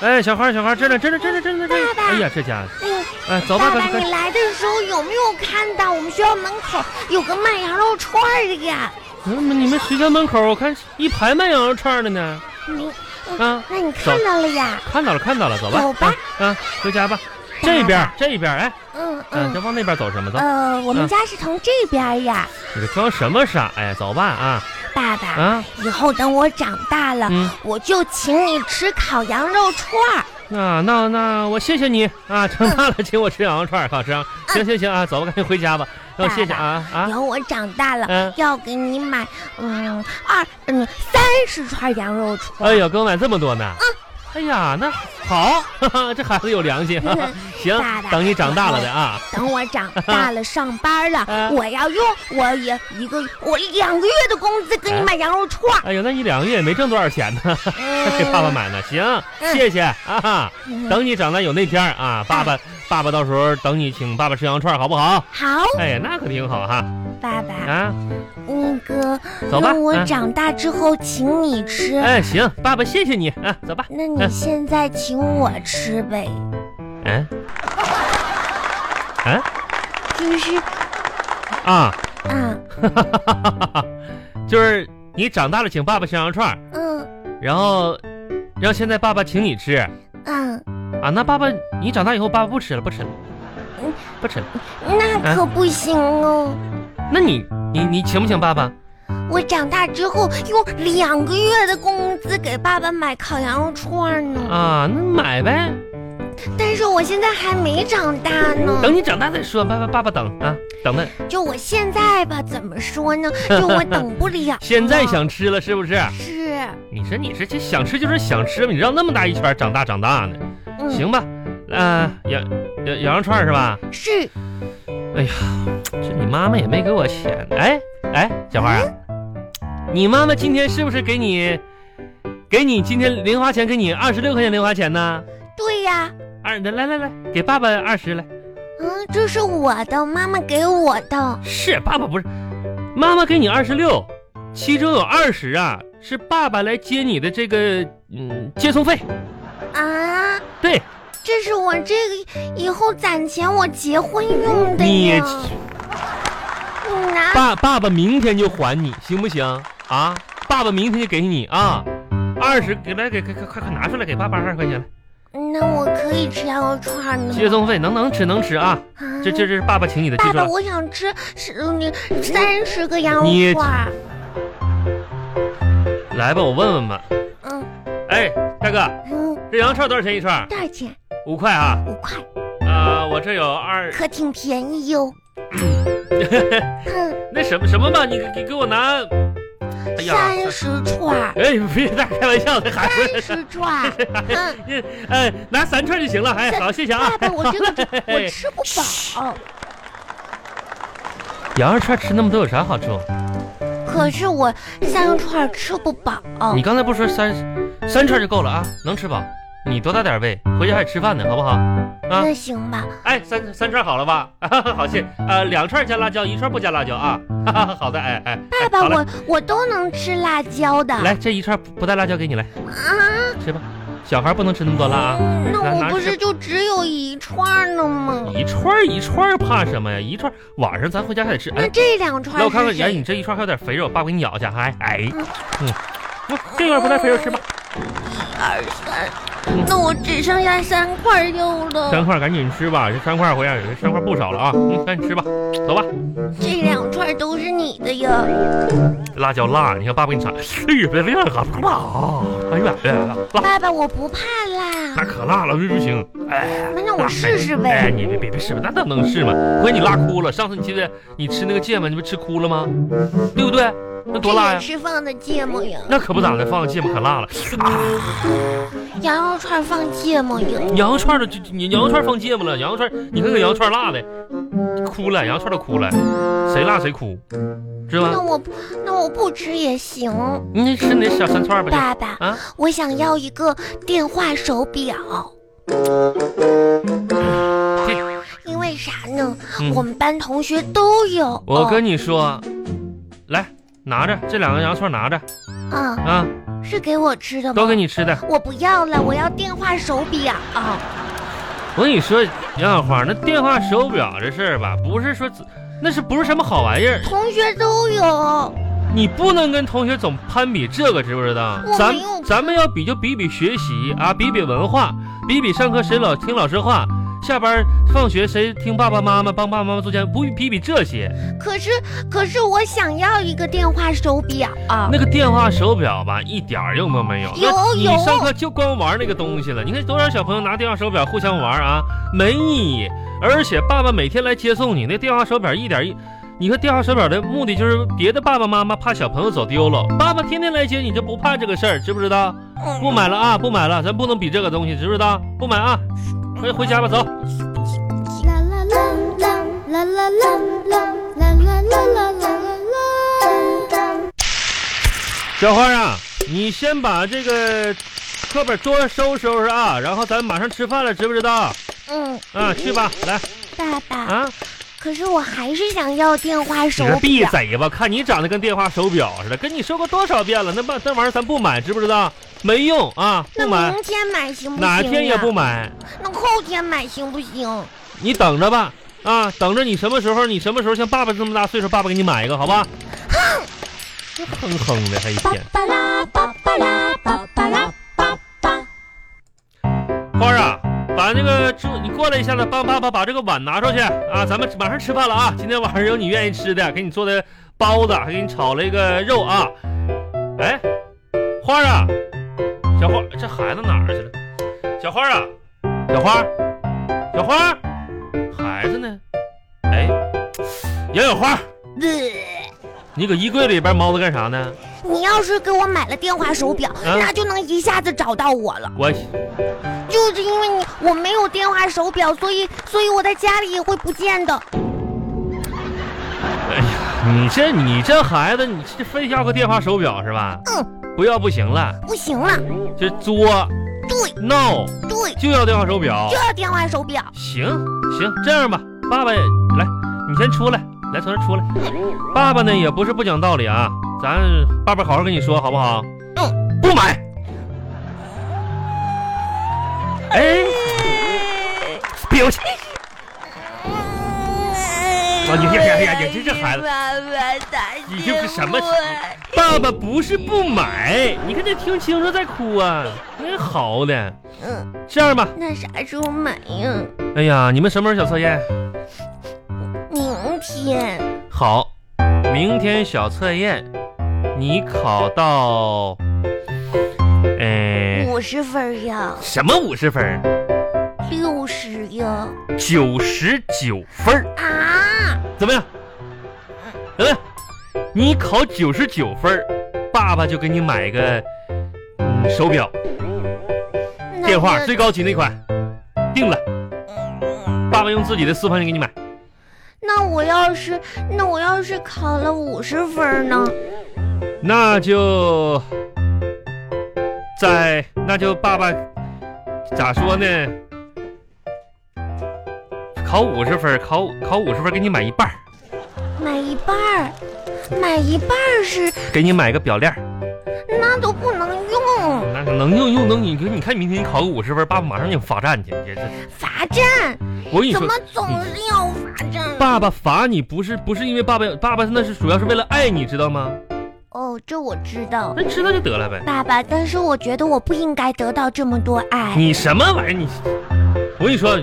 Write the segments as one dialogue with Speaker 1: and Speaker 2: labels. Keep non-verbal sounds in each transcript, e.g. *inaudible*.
Speaker 1: 哎，小花，小花，这呢，这呢，这呢，这呢，这呢
Speaker 2: 爸爸
Speaker 1: 哎呀，这家伙，
Speaker 2: 哎呦，
Speaker 1: 哎，走吧，
Speaker 2: 爸
Speaker 1: 赶
Speaker 2: 爸，
Speaker 1: 紧，赶
Speaker 2: 你
Speaker 1: 紧
Speaker 2: 来的时候有没有看到我们学校门口有个卖羊肉串儿的呀？
Speaker 1: 嗯，你们学校门口，我看一排卖羊肉串的呢。
Speaker 2: 你，
Speaker 1: 啊，
Speaker 2: 嗯那你看到了呀？
Speaker 1: 看到了，看到了，走吧，
Speaker 2: 走吧
Speaker 1: 啊，啊，回家吧。这边，这边，哎，
Speaker 2: 嗯
Speaker 1: 嗯，
Speaker 2: 嗯，
Speaker 1: 这往那边走什么走？
Speaker 2: 呃，我们家是从这边呀，
Speaker 1: 你这装什么傻呀？走吧，啊
Speaker 2: 爸爸。
Speaker 1: 啊，
Speaker 2: 以后等我长大了
Speaker 1: 嗯，
Speaker 2: 我就请你吃烤羊肉串儿。
Speaker 1: 那那那，我谢谢你啊，长大了请我吃羊肉串，好吃啊。
Speaker 2: 嗯
Speaker 1: 行行行啊，走吧，赶紧回家吧。那我谢谢啊
Speaker 2: 以
Speaker 1: 啊，
Speaker 2: 后我长大了，
Speaker 1: 嗯，
Speaker 2: 要给你买，嗯，二嗯三十串羊肉串。
Speaker 1: 哎呦，给我买这么多
Speaker 2: 嗯
Speaker 1: 呢。哎呀，那好， *laughs* 哈哈，这孩子有良心。哈哈行
Speaker 2: 嗯爸，嗯爸
Speaker 1: 等你长大了的啊。
Speaker 2: 等我长
Speaker 1: *laughs*
Speaker 2: 大了，上班了，
Speaker 1: 嗯
Speaker 2: 我要用我也一个我两个月的工资给
Speaker 1: 啊
Speaker 2: 你买羊肉串儿。
Speaker 1: 哎呦，那你两个月也没挣多少钱呢， *laughs* 给爸爸买呢。行，谢谢啊。
Speaker 2: 嗯
Speaker 1: 等你长大有那天儿啊，爸爸，爸爸到时候等你请爸爸吃羊肉串儿好不 *laughs* 好？
Speaker 2: 好，
Speaker 1: 哎，那可挺好哈。
Speaker 2: 爸爸，
Speaker 1: 啊，
Speaker 2: 那个，
Speaker 1: 走吧
Speaker 2: 那。我
Speaker 1: 啊
Speaker 2: 长大之后请你吃，
Speaker 1: 哎，行，爸爸谢谢你啊，走吧。
Speaker 2: 那你现在请我吃呗，
Speaker 1: 嗯，嗯
Speaker 2: 就是，
Speaker 1: 啊， *laughs*
Speaker 2: 嗯
Speaker 1: 就是你长大了请爸爸吃羊肉串儿，
Speaker 2: 嗯
Speaker 1: 然后，然后现在爸爸请你吃
Speaker 2: 嗯，
Speaker 1: 啊，那爸爸你长大以后爸爸不吃了，不吃了
Speaker 2: 嗯，
Speaker 1: 不吃了。
Speaker 2: 那可不行哦。
Speaker 1: 那你你你请不请爸爸？
Speaker 2: 我长大之后用两个月的工资给爸爸买烤羊肉串儿呢，
Speaker 1: 啊，那买呗，
Speaker 2: 但是我现在还没长大呢。
Speaker 1: 等你长大再说。爸爸，爸爸等啊，等等。
Speaker 2: 就我现在吧，怎么说
Speaker 1: *laughs*
Speaker 2: 呢？就我等不了了。
Speaker 1: 现在想吃了是不是？
Speaker 2: 是，
Speaker 1: 你说你是这想吃就是想吃，你绕那么大一圈儿长大长大呢？
Speaker 2: 嗯，
Speaker 1: 行吧，啊，羊羊羊肉串儿是吧？
Speaker 2: 是
Speaker 1: 这你妈妈也没给我钱。哎哎，小花啊，你妈妈今天是不是给你，给你今天零花钱，给你二十六块钱零花钱呢？
Speaker 2: 对呀，
Speaker 1: 二，来来来来，给爸爸二十来。
Speaker 2: 嗯，这是我的，妈妈给我的。
Speaker 1: 是爸爸不是，妈妈给你二十六，其中有二十啊是爸爸来接你的这个嗯接送费。
Speaker 2: 啊，
Speaker 1: 对
Speaker 2: 这是我这个以后攒钱我结婚用的
Speaker 1: 你
Speaker 2: 呀。，你拿
Speaker 1: 爸爸爸明天就还你，行不行啊？爸爸明天就给你啊，二十给来给给快快快拿出来，给爸爸二十块钱来。
Speaker 2: 那我可以吃羊肉串吗？
Speaker 1: 接送费能能吃能吃啊！
Speaker 2: 啊
Speaker 1: 这这这是爸爸请你的，记
Speaker 2: 爸
Speaker 1: 住
Speaker 2: 爸，
Speaker 1: 了。
Speaker 2: 我想吃十你三十个羊
Speaker 1: 你
Speaker 2: 肉串儿。
Speaker 1: 来吧，我问问吧。
Speaker 2: 嗯
Speaker 1: 哎，大哥，
Speaker 2: 嗯，
Speaker 1: 这羊肉串多少钱一串？
Speaker 2: 多少钱？
Speaker 1: 五块啊。
Speaker 2: 五块，
Speaker 1: 啊，我这有二，
Speaker 2: 可挺便宜
Speaker 1: *laughs*
Speaker 2: 哟。嗯，
Speaker 1: 那什么什么吧，你给给我拿。哎呀，
Speaker 2: 三十串
Speaker 1: *laughs*
Speaker 2: 儿。
Speaker 1: 哎，不是大开玩笑，这孩
Speaker 2: 三
Speaker 1: 子，
Speaker 2: 十串，
Speaker 1: *laughs*
Speaker 2: 嗯，
Speaker 1: 哎，拿三串就行了。哎，
Speaker 2: 三
Speaker 1: 好，谢谢啊
Speaker 2: 爸。爸，我这个
Speaker 1: *laughs*
Speaker 2: 我
Speaker 1: 哎
Speaker 2: 吃不饱，
Speaker 1: 羊肉串吃那么多有啥好处？
Speaker 2: 可是我三串吃不饱。
Speaker 1: 你刚才不说三三串就够了啊？能吃饱？你多大点儿胃？回家还吃饭呢，好不好？啊，
Speaker 2: 那行吧，
Speaker 1: 哎，三三串好了吧？ *laughs* 好谢，呃，两串加辣椒，一串不加辣椒啊。 *laughs* 哈哈，好的，哎哎，
Speaker 2: 爸
Speaker 1: 哎
Speaker 2: 爸
Speaker 1: 好嘞
Speaker 2: 我我都能吃辣椒的。
Speaker 1: 来，这一串不不带辣椒给你来，
Speaker 2: 啊，
Speaker 1: 吃吧。小孩不能吃那么多辣啊，
Speaker 2: 嗯那
Speaker 1: 拿拿着
Speaker 2: 我不
Speaker 1: 吃
Speaker 2: 是就只有一串呢吗？
Speaker 1: 一串儿一串儿怕什么呀？一串儿晚上咱回家还得吃。
Speaker 2: 那
Speaker 1: 哎，
Speaker 2: 这两串
Speaker 1: 来我看看，
Speaker 2: 是
Speaker 1: 哎，
Speaker 2: 谁
Speaker 1: 你这一串还有点肥肉，爸我给你咬一下，哎哎
Speaker 2: 嗯，
Speaker 1: 嗯，不这块不带肥肉吃吧，
Speaker 2: 二三，嗯那我只剩下三块肉
Speaker 1: 三
Speaker 2: 了。
Speaker 1: 块赶紧吃吧，这三块回家有这三块不少了啊，嗯，赶紧吃吧，走吧。
Speaker 2: 这两串都是你的呀，
Speaker 1: 辣椒辣，你看爸爸给你尝，哎呀，别这样啊，辣啊，哎呀，哎呀，辣，
Speaker 2: 爸爸，我不怕辣。
Speaker 1: 那可辣了，这不行，哎。
Speaker 2: 那我试试
Speaker 1: 哎，
Speaker 2: 呗。
Speaker 1: 你别别别试吧，那那能试吗？回你辣哭了，上次你记得你吃那个芥末，你不吃哭了吗？对不对？那多辣
Speaker 2: 这也
Speaker 1: 呀！
Speaker 2: 是放的芥末呀，
Speaker 1: 那可不咋的，放芥末可辣了。啊、
Speaker 2: 羊肉串放芥末呀。
Speaker 1: 羊肉串的就你羊肉串放芥末了，羊肉串你看看羊肉串辣的，哭了，羊肉串都哭了，谁辣谁哭，知道
Speaker 2: 那
Speaker 1: 吗？
Speaker 2: 我不那我不吃也行，
Speaker 1: 你吃你那小三串吧
Speaker 2: 爸爸，
Speaker 1: 就啊，
Speaker 2: 我想要一个电话手表，
Speaker 1: 这
Speaker 2: 因为啥呢？
Speaker 1: 嗯
Speaker 2: 我哦们班同学都有。
Speaker 1: 我跟你说，来拿着这两个羊肉串拿着
Speaker 2: 嗯，
Speaker 1: 啊，
Speaker 2: 是给我吃的吗？
Speaker 1: 都给。你吃的。
Speaker 2: 我不要了，我要电话手表。
Speaker 1: 我跟你说，杨小花，那电话手表这事儿吧，不是说只那是不是什么好玩意儿？
Speaker 2: 同学都有，
Speaker 1: 你不能跟同学总攀比这个，知不知道
Speaker 2: 我？
Speaker 1: 咱
Speaker 2: 没有
Speaker 1: 咱们要比就比比学习啊，比比文化，比比上课谁老听老师话，下班放学谁听爸爸妈妈帮爸爸妈妈做家，不比比这些。
Speaker 2: 可是可是我想要一个电话手表。
Speaker 1: 那个电话手表吧，一点儿用都没有。
Speaker 2: 啊有
Speaker 1: 那你
Speaker 2: 有
Speaker 1: 上课就光玩那个东西了。你看多少小朋友拿电话手表互相玩啊，没意义。而且爸爸每天来接送你，那电话手表一点一，你看电话手表的目的就是别的爸爸妈妈怕小朋友走丢了，爸爸天天来接你就不怕这个事儿，知不知道？
Speaker 2: 嗯
Speaker 1: 不买了啊，不买了，咱不能比这个东西，知不知道？不买啊，快回家吧，走。
Speaker 3: 啦啦啦啦啦啦啦啦啦啦啦啦啦啦。
Speaker 1: 小花啊，你先把这个课本桌收拾收拾啊，然后咱马上吃饭了，知不知道？
Speaker 2: 嗯，
Speaker 1: 啊，去吧，来
Speaker 2: 爸爸，
Speaker 1: 啊。
Speaker 2: 可是我还是想要电话手
Speaker 1: 你这闭
Speaker 2: 表。
Speaker 1: 嘴吧！看你长得跟电话手表似的，跟你说过多少遍了，那把那玩意儿咱不买，知不知道？没用啊，
Speaker 2: 那
Speaker 1: 不买，
Speaker 2: 明天买行不行、啊
Speaker 1: 哪天也不。买，
Speaker 2: 那后天买行不行？
Speaker 1: 你等着吧，啊，等着你什么时候，你什么时候像爸爸这么大岁数，爸爸给你买一个，好吧？ *coughs* 这哼哼的，还一天。
Speaker 3: 巴拉巴巴拉巴巴拉巴巴。
Speaker 1: 花儿啊，把那个猪，你过来一下子，帮爸爸把这个碗拿出去啊！咱们马上吃饭了啊！今天晚上有你愿意吃的，给你做的包子，还给你炒了一个肉啊！哎，花儿啊，小花，这孩子哪儿去了？小花儿啊，小花儿，小花儿，孩子呢？哎，杨小花儿，
Speaker 2: 呃
Speaker 1: 你搁衣柜里边猫着干啥呢？
Speaker 2: 你要是给我买了电话手表，
Speaker 1: 嗯
Speaker 2: 那就能一下子找到我了。
Speaker 1: 我
Speaker 2: 就是因为你我没有电话手表，所以所以我在家里也会不见的。
Speaker 1: 你这你这孩子，你这非要个电话手表是吧？
Speaker 2: 嗯，
Speaker 1: 不要不行了。
Speaker 2: 不行了，
Speaker 1: 这作
Speaker 2: 对
Speaker 1: 闹
Speaker 2: 对，
Speaker 1: 就要电话手表
Speaker 2: 就。要电话手表。
Speaker 1: 行行，这样吧，爸爸也来，你先出来，来从这儿出来。爸爸呢也不是不讲道理啊，咱爸爸好好跟你说好不好？
Speaker 2: 嗯，
Speaker 1: 不买。哎，别我去！
Speaker 2: 啊
Speaker 1: 啊你呀呀呀呀这这孩子
Speaker 2: 爸爸打
Speaker 1: 你这是什么爸爸不是不买，你看这听清楚再哭啊，真好的。
Speaker 2: 嗯，
Speaker 1: 这样吧，
Speaker 2: 那啥时候买呀？
Speaker 1: 哎呀，你们什么时候小测验？
Speaker 2: 明天。
Speaker 1: 好，明天小测验，你考到，哎，
Speaker 2: 五十分呀，
Speaker 1: 什么五十分儿？
Speaker 2: 六十呀，
Speaker 1: 九十九分儿，
Speaker 2: 啊，
Speaker 1: 怎么样？怎么样？你考九十九分儿，爸爸就给你买个、嗯、手表、
Speaker 2: 那
Speaker 1: 电话
Speaker 2: 那嗯
Speaker 1: 最高级那款，定了。爸爸用自己的私房钱给你买，
Speaker 2: 那我要是那我要是考了五十分呢？
Speaker 1: 那就在那就爸爸咋说呢？考五十分儿，考考五十分儿，给你买一半儿，
Speaker 2: 买一半儿，买一半儿是
Speaker 1: 给你买个表链儿，
Speaker 2: 那都不能用，
Speaker 1: 那能用用能你你看明天你考个五十分儿，爸爸马上就罚站去。也是，
Speaker 2: 罚站，
Speaker 1: 我跟你
Speaker 2: 怎
Speaker 1: 说
Speaker 2: 么，总是要罚站？
Speaker 1: 爸爸罚你不是不是因为爸爸爸爸那是主要是为了爱你，知道吗？
Speaker 2: 哦，这我知道，
Speaker 1: 那你知道就得了呗。
Speaker 2: 爸爸，但是我觉得我不应该得到这么多爱。
Speaker 1: 你什么玩意儿？你，我跟你说，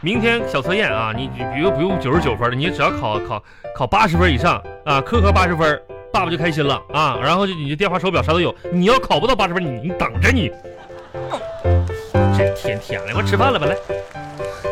Speaker 1: 明天小测验啊，你比如不用九十九分了，你只要考考考八十分以上啊，科科八十分，爸爸就开心了啊。然后就你的电话、手表啥都有。你要考不到八十分，你你等着你。这天天来，我吃饭了吧？来，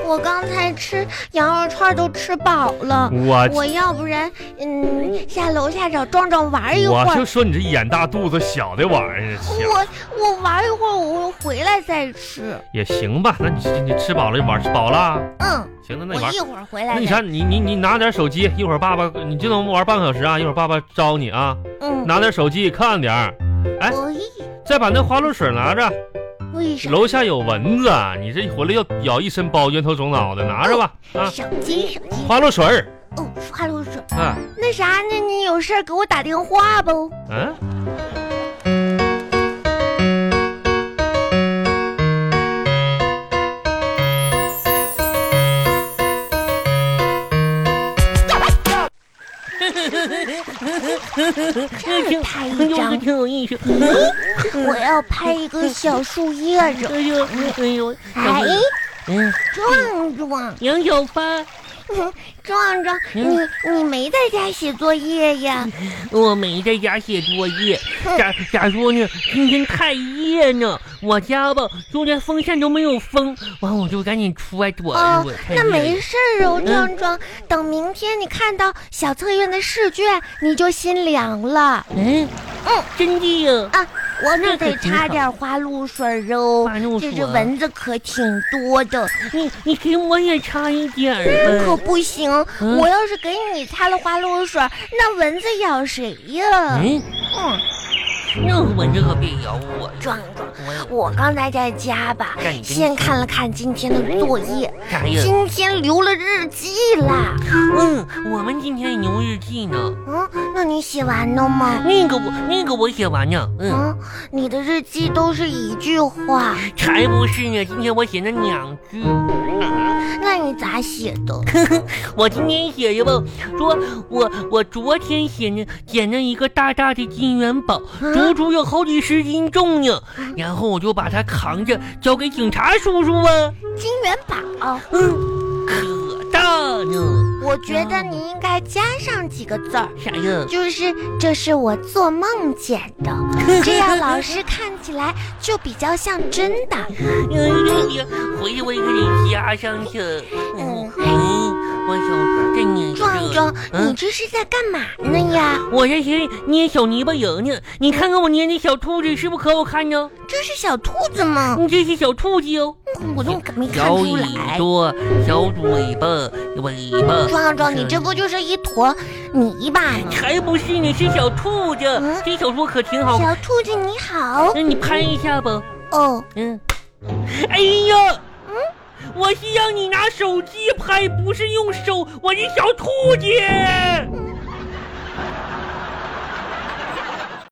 Speaker 2: 我刚才吃羊肉串都吃饱了，
Speaker 1: 我
Speaker 2: 嗯我要不然嗯下楼下找壮壮玩一会
Speaker 1: 我
Speaker 2: 儿
Speaker 1: 就。说你这眼大肚子小的玩意儿行
Speaker 2: 哎我我玩一会儿，我回来再吃。
Speaker 1: 也行吧？那你你吃饱了就玩，吃饱了，
Speaker 2: 嗯，
Speaker 1: 行，那那你
Speaker 2: 我
Speaker 1: 玩
Speaker 2: 一。会儿回
Speaker 1: 那
Speaker 2: 来
Speaker 1: 你
Speaker 2: 再。
Speaker 1: 啥？你你你拿点手机，一会儿爸爸你就能玩半个小时啊！一会儿爸爸招你啊！
Speaker 2: 嗯，
Speaker 1: 拿点手机看点儿，哎
Speaker 2: 我一
Speaker 1: 再把那花露水拿着。
Speaker 2: 为什么
Speaker 1: 楼下有蚊子，你这回来要咬一身包，冤头肿脑的，拿着吧。啊，
Speaker 2: 手机手机？
Speaker 1: 花露水儿，
Speaker 2: 哦，花露水。
Speaker 1: 啊，
Speaker 2: 那啥，那你有事儿给我打电话不？
Speaker 1: 嗯、
Speaker 4: 挺
Speaker 2: 拍
Speaker 4: 挺
Speaker 2: 一
Speaker 4: 有
Speaker 2: 张
Speaker 4: 挺有意思。
Speaker 2: 我要拍一个小树叶
Speaker 1: *laughs*
Speaker 2: 子。
Speaker 1: 嗯
Speaker 4: 哎呦哎呦，
Speaker 2: 哎，
Speaker 4: 嗯，
Speaker 2: 壮壮，
Speaker 4: 杨小帆，
Speaker 2: 壮壮，
Speaker 4: 嗯
Speaker 2: 你你没在家写作业呀？
Speaker 4: 我没在家写作业，
Speaker 2: 嗯
Speaker 4: 咋咋说呢？今天太夜呢，我家吧，就连风扇都没有风，完我就赶紧出来躲一
Speaker 2: 哦
Speaker 4: 躲。，太
Speaker 2: 那
Speaker 4: 热
Speaker 2: 没
Speaker 4: 了
Speaker 2: 事儿
Speaker 1: 嗯
Speaker 2: 哦，壮壮。等明天你看到小测验的试卷，你就心凉了。
Speaker 4: 嗯
Speaker 2: 嗯
Speaker 4: 真的呀，
Speaker 2: 啊，我
Speaker 4: 那
Speaker 2: 可
Speaker 4: 可
Speaker 2: 得
Speaker 4: 挺
Speaker 2: 擦
Speaker 4: 好
Speaker 2: 点花露水儿哦
Speaker 4: 花露，
Speaker 2: 这
Speaker 4: 水
Speaker 2: 只蚊子可挺多的，
Speaker 4: 你你给我也插一点儿
Speaker 2: 可
Speaker 4: 呗。
Speaker 2: 不行。
Speaker 4: 嗯
Speaker 2: 我要是给你擦了花露水儿，那蚊子咬谁呀？
Speaker 4: 嗯，
Speaker 2: 嗯，
Speaker 4: 那蚊子可别咬我呀！
Speaker 2: 壮壮，
Speaker 4: 我也
Speaker 2: 我刚才在家吧
Speaker 4: 干你，个
Speaker 2: 先看了看今天的作业，
Speaker 4: 啥呀？
Speaker 2: 今天留了日记啦。
Speaker 4: 嗯，我们今天牛日记呢，
Speaker 2: 嗯，那你写完了吗？
Speaker 4: 那个我那个我写完呢，嗯。
Speaker 2: 嗯，你的日记都是一句话，
Speaker 4: 才不是呢！今天我写了两句，
Speaker 2: 那你咋写
Speaker 4: *laughs*
Speaker 2: 的？
Speaker 4: 我今天写的吧，说我我昨天写呢，捡了一个大大的金元宝，
Speaker 2: 嗯
Speaker 4: 足足有好几十斤重呢。然后我就把它扛着交给警察叔叔啊，
Speaker 2: 金元宝。
Speaker 4: 嗯，可大呢！
Speaker 2: 我觉得你应该加上几个字儿，
Speaker 4: 啥呀？
Speaker 2: 就是这是我做梦捡的，
Speaker 4: *laughs*
Speaker 2: 这样老师看起来就比较像真的。
Speaker 4: 哎呀，回去我也得加上去。嗯，嗯我想这你嗯
Speaker 2: 壮壮，你这是在干嘛呢呀？
Speaker 4: 我这是捏小泥巴人呢，你看看我捏的小兔子是不是可好看呢？
Speaker 2: 这是小兔子吗？
Speaker 4: 你这是小兔子哦，
Speaker 2: 我都没看
Speaker 4: 小
Speaker 2: 出
Speaker 4: 耳
Speaker 2: 来。
Speaker 4: 朵、小尾巴、尾巴。
Speaker 2: 壮壮，你这不就是一坨泥巴吗？
Speaker 4: 才不是呢，是小兔子。
Speaker 2: 嗯
Speaker 4: 这小说可挺好，嗯
Speaker 2: 小兔子你好，
Speaker 4: 那你拍一下吧。
Speaker 2: 哦，
Speaker 4: 嗯，哎呀，
Speaker 2: 嗯
Speaker 4: 我是让你拿手机拍，不是用手，我是小兔子。